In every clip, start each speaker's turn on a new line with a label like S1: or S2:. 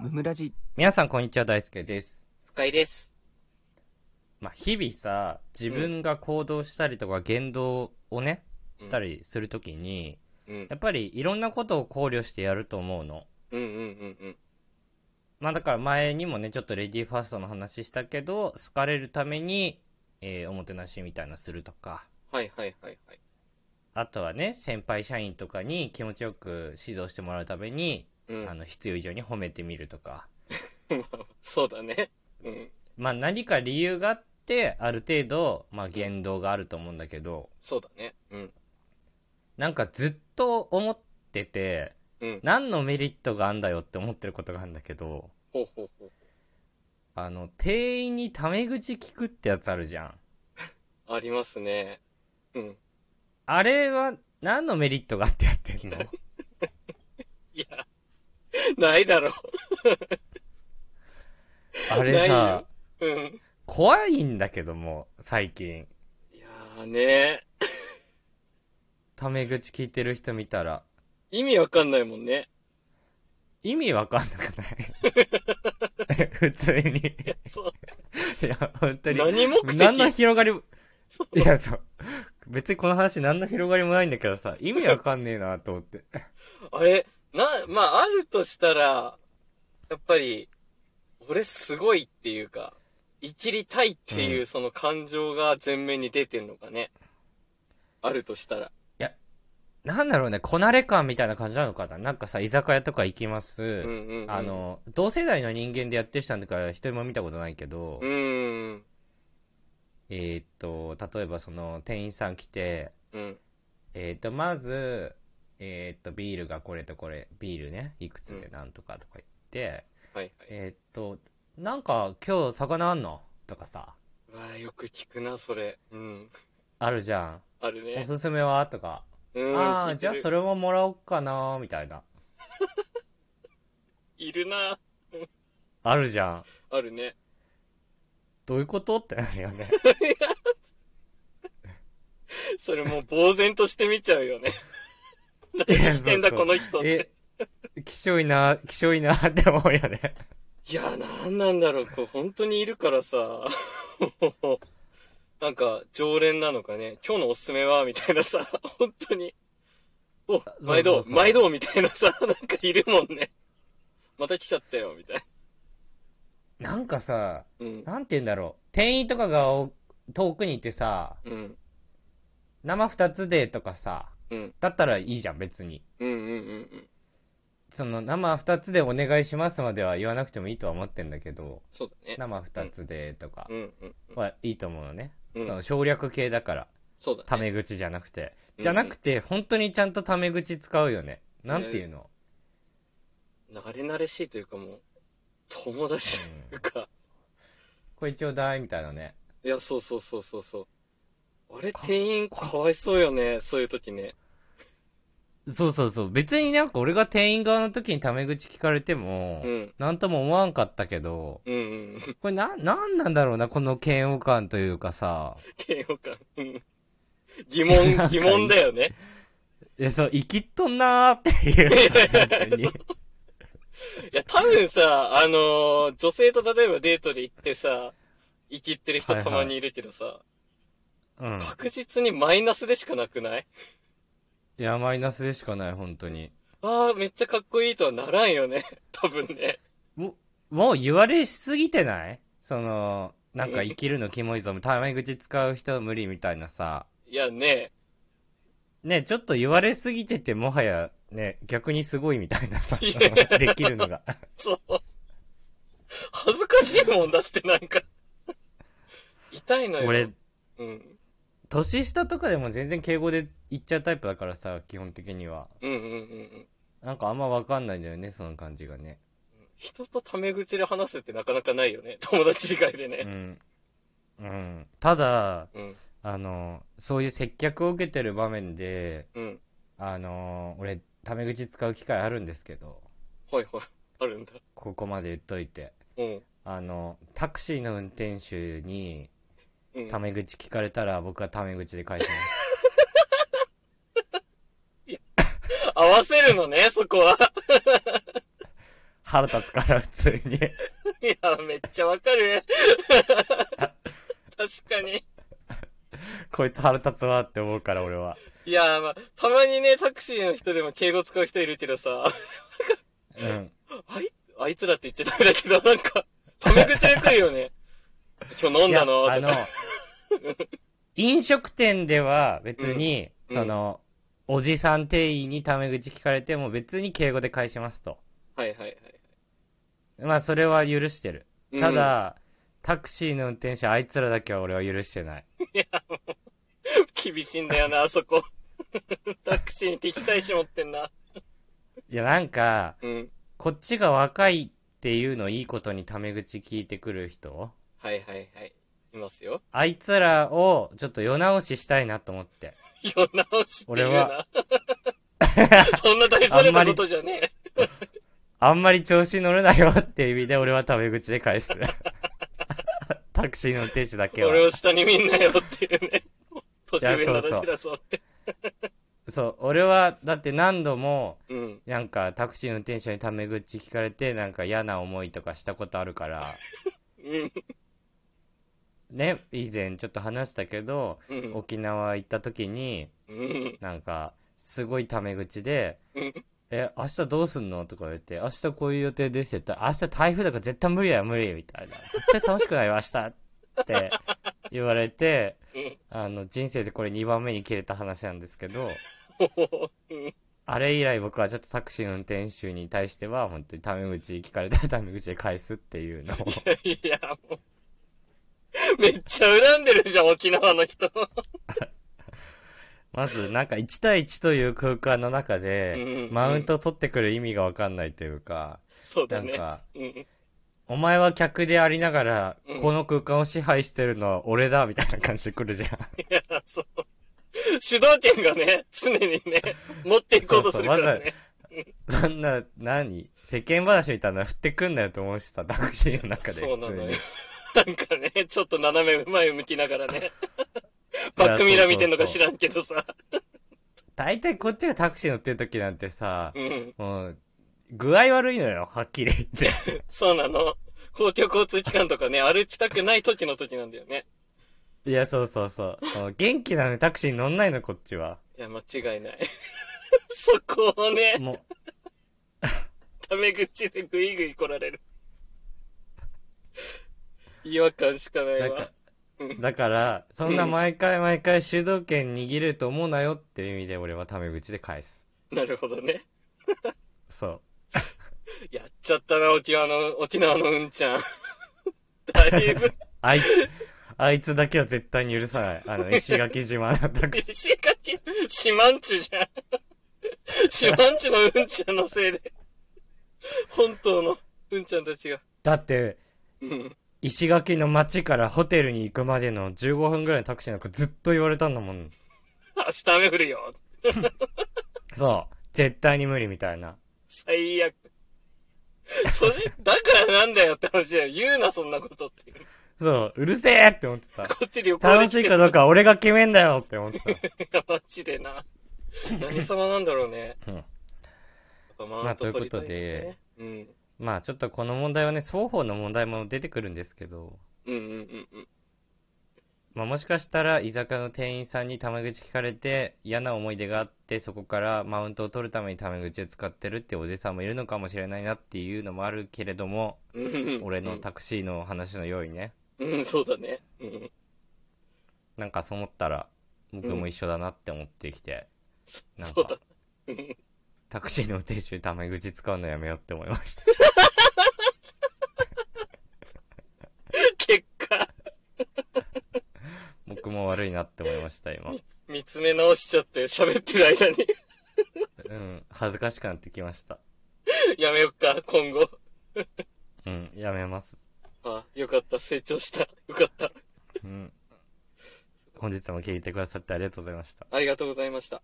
S1: ムムラジ。
S2: 皆さんこんにちは、大輔です。
S3: 深井です。
S2: まあ、日々さ、自分が行動したりとか言動をね、
S3: うん
S2: したりするときに、
S3: うん。
S2: やっぱりいろんなことを考慮してやると思うの。
S3: うんうんうんうん。
S2: まあだから前にもね、ちょっとレディーファーストの話したけど、好かれるために、えーおもてなしみたいなするとか、
S3: はいはいはいはい。
S2: あとはね、先輩社員とかに気持ちよく指導してもらうために、
S3: うん
S2: あ。の、必要以上に褒めてみるとか、
S3: そうだね。うん。
S2: まあ何か理由があって、ある程度、まあ言動があると思うんだけど、
S3: そうだね。うん。
S2: なんかずっと思ってて、
S3: うん。
S2: 何のメリットがあんだよって思ってることがあるんだけど、
S3: ほうほうほう。
S2: あの、店員にタメ口聞くってやつあるじゃん。
S3: ありますね。うん。
S2: あれは何のメリットがあってやってん の
S3: いや、ないだろ
S2: あれ
S3: ないよ
S2: さ、
S3: う。うん。
S2: 怖いんだけども、最近。
S3: いやーね。
S2: タメ口聞いてる人見たら、
S3: 意味わかんないもんね。
S2: 意味わかんなくない普通に。い
S3: そう。
S2: や、本当に。
S3: 何目的
S2: 何の広がりも、
S3: そう
S2: いや、そう。別にこの話何の広がりもないんだけどさ、意味わかんねえなと思って。
S3: あれ、な、まあ、あるとしたら、やっぱり、俺すごいっていうか、いじりたいっていううその感情が前面に出てんのかね。あるとしたら。
S2: なんだろうね、こなれ感みたいな感じなのかななんかさ、居酒屋とか行きます。
S3: うんうん、うん。
S2: あ、の、同世代の人間でやってる人なんだから一人も見たことないけど、
S3: うん。
S2: えーっと、例えばその店員さん来て、
S3: うん。
S2: えーっと、まず、えーっと、ビールがこれとこれ、ビールね、いくつでなんとかとか言って、
S3: はいはい。
S2: えーっと、なんか今日魚あんのとかさ、
S3: うわあ、よく聞くな、それ。うん。
S2: あるじゃ
S3: ある
S2: ん。お
S3: ね。
S2: すすめはとか。
S3: うん。聞
S2: ああ、
S3: い
S2: じゃあ
S3: てる
S2: それももらおうかな、みたいな。
S3: いるな。
S2: あるじゃん。
S3: あるね。
S2: どういうことってなる よね。
S3: それもう呆然として見ちゃうよ ね。何してんだ、
S2: いや
S3: こ
S2: そう
S3: の人って。
S2: え、きしょいな、きしょいな って思うよね。
S3: いや、なんなんだろう、こう、本当にいるからさ。 もうなんか、常連なのかね。今日のおすすめはみたいなさ、 本当に。お、毎
S2: そう
S3: 度、
S2: そう
S3: 毎度みたいなさ、 なんかいるもんね。また来ちゃったよ、みたい
S2: なんかさ、
S3: な。うん。
S2: なんて言うんだろう。店員とかがお遠くにいてさ、
S3: うん。
S2: 生二つでとかさ、
S3: うん。
S2: だったらいいじゃん、別に。
S3: うんうんうんうん。
S2: その、生二つでお願いしますまでは言わなくてもいいとは思ってんだけど、
S3: そうだね。
S2: 生二つでとか
S3: うんうんうん。
S2: はいいと思うのね。
S3: うん
S2: その省略系だから、
S3: そうだね。
S2: タメ口じゃなくて。
S3: うん
S2: じゃなくて、本当にちゃんとタメ口使うよね。なんていうの
S3: 慣れ慣れしいというかもう、友達というか、
S2: これちょうだいみたいなね。
S3: いや、そうそうそうそうそう。あれ、店員かわいそうよね、そういう時ね。
S2: そうそうそう。別になんか俺が店員側の時にタメ口聞かれても
S3: う、ん。
S2: なんとも思わんかったけど、
S3: うんうん。
S2: これな、なんなんだろうな、この嫌悪感というかさ。
S3: 嫌悪感。うん。疑問、疑問だよね。
S2: え、そう、生きっとんなーっていうさ、確かに。
S3: いや、多分さ、あのー女性と例えばデートで行ってさ、生きってる人
S2: はい
S3: た
S2: は
S3: ま
S2: い
S3: にいるけどさ、
S2: うん。
S3: 確実にマイナスでしかなくない
S2: いや、マイナスでしかない、本当に。
S3: ああ、めっちゃかっこいいとはならんよね。多分ね。
S2: もう、もう言われしすぎてないその、なんか生きるのキモいぞ、タメ口使う人は無理みたいなさ。
S3: いやね、
S2: ね、ちょっと言われすぎてて、もはや、ね、逆にすごいみたいなさ、
S3: いや
S2: できるのが。
S3: そう。恥ずかしいもんだって、なんか。痛いのよ。
S2: 俺、
S3: うん。
S2: 年下とかでも全然敬語で言っちゃうタイプだからさ、基本的には。
S3: うんうんうんうん。
S2: なんかあんまわかんないんだよね、その感じがね。
S3: 人とタメ口で話すってなかなかないよね。友達以外で
S2: う
S3: ね。
S2: ん。うん。ただ、
S3: うん。
S2: あの、そういう接客を受けてる場面で、
S3: うん。
S2: あの、俺、タメ口使う機会あるんですけど、
S3: はいはい。あるんだ。
S2: ここまで言っといて。
S3: うん。
S2: あの、タクシーの運転手に、
S3: うん。
S2: タメ口聞かれたら、僕はタメ口で返します。
S3: 合わせるのね、そこは。
S2: 腹立つから、普通に。
S3: いや、めっちゃわかる。確かに。
S2: こいつ腹立つわって思うから、俺は。
S3: いや、まあ、たまにね、タクシーの人でも敬語使う人いるけどさ、
S2: うん。
S3: あい、あいつらって言っちゃダメだけど、なんか、タメ口で来るよね。今日飲んだの
S2: いやあ
S3: と
S2: の
S3: か。、
S2: 飲食店では別に、
S3: うん
S2: その、おじさん店員にタメ口聞かれても別に敬語で返しますと。
S3: はいはいはい。
S2: まあ、それは許してる。
S3: うん
S2: た、だ、タクシーの運転手、あいつらだけは俺は許してない。
S3: 厳しいんだよな、あそこ。 タクシーに敵対心持ってんな。
S2: いや、なんか、
S3: うん。
S2: こっちが若いっていうのをいいことにタメ口聞いてくる人
S3: はいはいはい。いますよ。
S2: あいつらをちょっと世直ししたいなと思って。
S3: 世直しって言うな
S2: 俺は。
S3: そんな大それたことじゃねえ。
S2: あんまり調子乗れないわっていう意味で俺はタメ口で返す。 タクシーの運転手だけは。
S3: 俺を下に見んなよっていうね。年上のだけだそうって。
S2: そう、俺はだって何度も、
S3: うん。
S2: なんかタクシーの運転手にタメ口聞かれて、なんか嫌な思いとかしたことあ るから、
S3: うん。
S2: ね、以前ちょっと話したけど、
S3: うん。
S2: 沖縄行った時に、
S3: うん。
S2: なんか、すごいタメ口で、
S3: うん
S2: え、明日どうすんのとか言われて、明日こういう予定ですよって言ったら、明日台風だから絶対無理だよ、無理 みたいな。絶対楽しくないよ、明日って言われて
S3: うん、
S2: あの、人生でこれ2番目に切れた話なんですけど、
S3: もううん
S2: あれ以来僕はちょっとタクシーの運転手に対しては、本当にタメ口聞かれたらタメ口で返すっていうのを。
S3: いや、もう。めっちゃ恨んでるじゃん、沖縄の人。
S2: まず、なんか1対1という空間の中で
S3: う、ん
S2: マウントを取ってくる意味がわかんないというか、
S3: そう
S2: な
S3: だ
S2: ん
S3: ね。
S2: か、
S3: うん。
S2: お前は客でありながら
S3: うん、
S2: この空間を支配してるのは俺だ、みたいな感じで来るじゃん。
S3: い や、そう。主導権がね、常にね、持っていこうとするからね。
S2: そんな、何世間話みたいなの振ってくんなよと思うしさ、タクシーの中で。
S3: そうなのよ
S2: 普通に。
S3: なんかね、ちょっと斜め前向きなが らね。バックミラー見てんのか知らんけどさ。
S2: 大体こっちがタクシー乗ってる時なんてさ
S3: う、ん。
S2: もう、具合悪いのよ、はっきり言って。
S3: そうなの。公共交通機関とかね、歩きたくない時の時なんだよね。
S2: いや、そうそうそう。もう元気なのにタクシーに乗んないの、こっちは。
S3: いや、間違いない。 そこをね、
S2: も
S3: タメ口でグイグイ来られる。違和感しかな
S2: う、
S3: い
S2: だ
S3: わ
S2: か。だから、そんな毎回毎回主導権握れると思うなよっていう意味で俺はタメ口で返す。
S3: なるほどね。
S2: そう。
S3: やっちゃったな、沖縄の、沖縄のうんちゃん。 だいぶ、
S2: あいつ、あいつだけは絶対に許さない。あの、石垣島のタクシー。
S3: 石垣、四万中じゃん。四万中のうんちゃんのせいで、本当のうんちゃんたちが。
S2: だって、
S3: うん。
S2: 石垣の町からホテルに行くまでの15分ぐらいのタクシーなんかずっと言われたんだもん。
S3: 明日雨降るよ。
S2: そう。絶対に無理みたいな。
S3: 最悪。それ、だからなんだよって話だよ。言うな、そんなことっていう。
S2: そう、うるせえって思ってた。
S3: こっち旅行で
S2: 楽しいかどうかは俺が決めんだよって思ってた。
S3: いや、マジでな。何様なんだろうね。
S2: うん
S3: やっぱマウント取りたいよね。うん。
S2: まあちょっとこの問題はね、双方の問題も出てくるんですけど、
S3: うんうんうんうん。
S2: まあもしかしたら居酒屋の店員さんにタメ口聞かれて嫌な思い出があってそこからマウントを取るためにタメ口を使ってるっておじさんもいるのかもしれないなっていうのもあるけれども、
S3: うんうんうん
S2: 俺のタクシーの話のようにね、
S3: うん、そうだね。うん。
S2: なんかそう思ったら僕も一緒だなって思ってきて、なん
S3: そうだ
S2: か。タクシーの運転手にタメ口使うのやめようって思いました
S3: 結果、
S2: 僕も悪いなって思いました今
S3: 見つめ直しちゃったよ。喋ってる間に。
S2: うん恥ずかしくなってきました
S3: やめよっか、今後。
S2: うんやめます
S3: あ、よかった。成長した。よかった。
S2: うん本日も聞いてくださってありがとうございました
S3: ありがとうございました。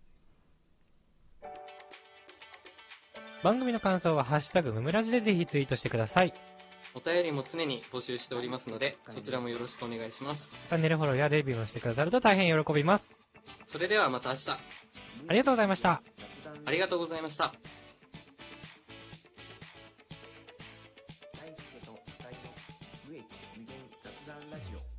S1: 番組の感想は「ハッシュタグむむらじ」でぜひツイートしてくださいチ
S3: お便りも常に募集しておりますので、そちらもよろしくお願いします。
S1: ャンネルフォローやレビューもしてくださると大変喜びます
S3: それではまた明日、
S1: ありがとうございました
S3: ありがとうございました。
S4: イ無限雑談ラジオ